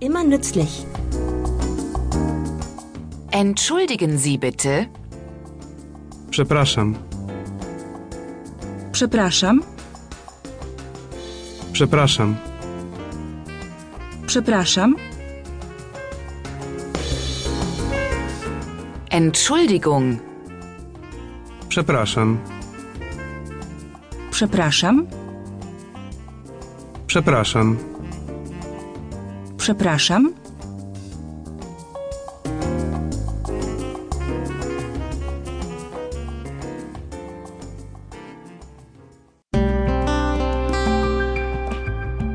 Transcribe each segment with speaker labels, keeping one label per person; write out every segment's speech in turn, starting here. Speaker 1: immer nützlich.
Speaker 2: Entschuldigen Sie bitte.
Speaker 3: Przepraszam.
Speaker 4: Przepraszam,
Speaker 3: Przepraszam.
Speaker 4: przepraszam,
Speaker 2: Entschuldigung.
Speaker 3: Przepraszam.
Speaker 4: przepraszam,
Speaker 3: Przepraszam.
Speaker 4: przepraszam,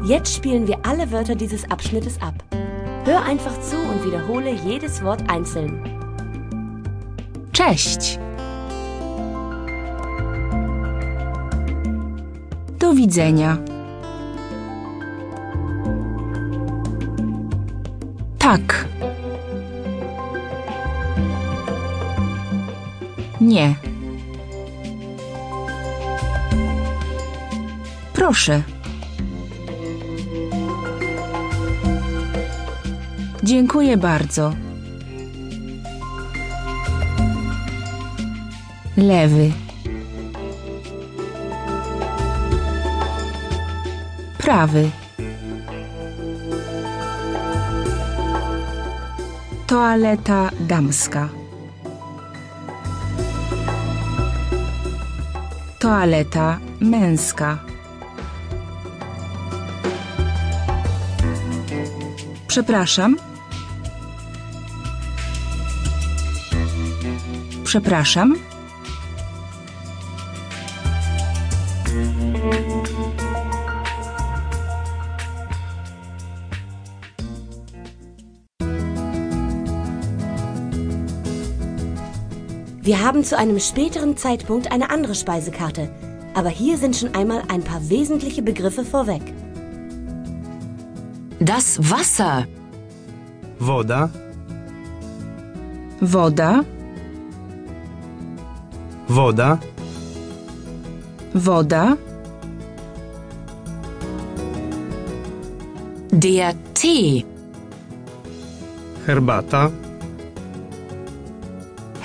Speaker 1: Jetzt spielen wir alle Wörter dieses Abschnittes ab. Hör einfach zu und wiederhole jedes Wort einzeln.
Speaker 2: Cześć.
Speaker 4: do widzenia. Tak. Nie. Proszę. Dziękuję bardzo. Lewy. Prawy. Toaleta damska. Toaleta męska. Przepraszam. Przepraszam.
Speaker 1: Wir haben zu einem späteren Zeitpunkt eine andere Speisekarte, aber hier sind schon einmal ein paar wesentliche Begriffe vorweg.
Speaker 2: Das Wasser.
Speaker 3: Woda,
Speaker 4: Woda.
Speaker 3: woda,
Speaker 4: Woda.
Speaker 2: Der Tee.
Speaker 3: herbata,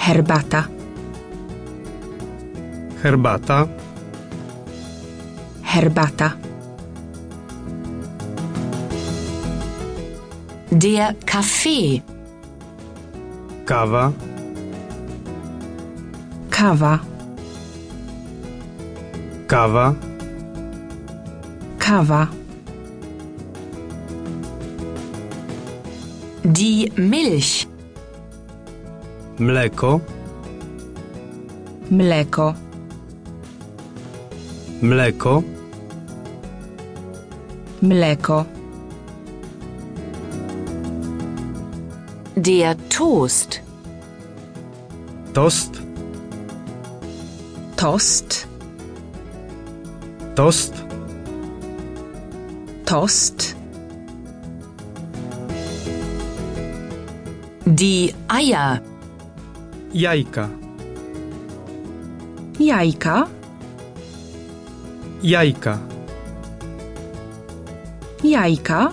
Speaker 4: Herbata.
Speaker 3: herbata,
Speaker 4: Herbata.
Speaker 2: Der Kaffee.
Speaker 3: kawa,
Speaker 4: Kawa.
Speaker 3: kawa,
Speaker 4: Kawa.
Speaker 2: Die Milch.
Speaker 3: mleko,
Speaker 4: Mleko.
Speaker 3: mleko,
Speaker 4: Mleko.
Speaker 2: Der Toast.
Speaker 3: tost,
Speaker 4: Tost.
Speaker 3: tost,
Speaker 4: Tost.
Speaker 2: Die Eier.
Speaker 3: jajka,
Speaker 4: Jajka.
Speaker 3: jajka,
Speaker 4: Jajka.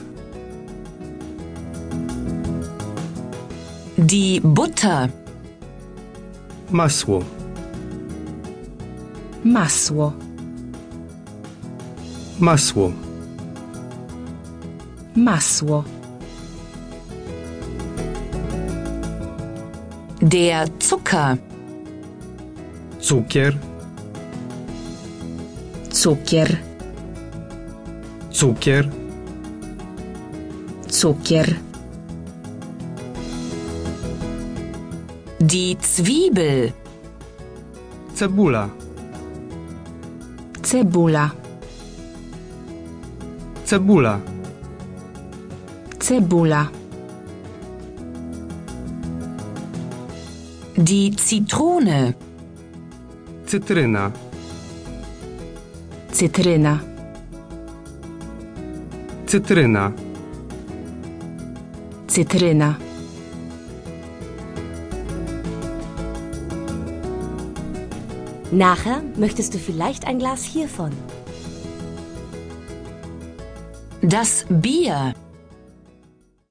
Speaker 2: Die Butter.
Speaker 3: masło,
Speaker 4: Masło.
Speaker 3: masło,
Speaker 4: Masło.
Speaker 2: Der Zucker.
Speaker 3: cukier,
Speaker 4: Cukier.
Speaker 3: cukier,
Speaker 4: Cukier.
Speaker 2: Die Zwiebel.
Speaker 3: cebula,
Speaker 4: Cebula.
Speaker 3: cebula,
Speaker 4: Cebula.
Speaker 2: Die Zitrone.
Speaker 3: cytryna,
Speaker 4: Cytryna.
Speaker 3: cytryna,
Speaker 4: Cytryna.
Speaker 1: Nachher möchtest du vielleicht ein Glas hiervon.
Speaker 2: Das Bier.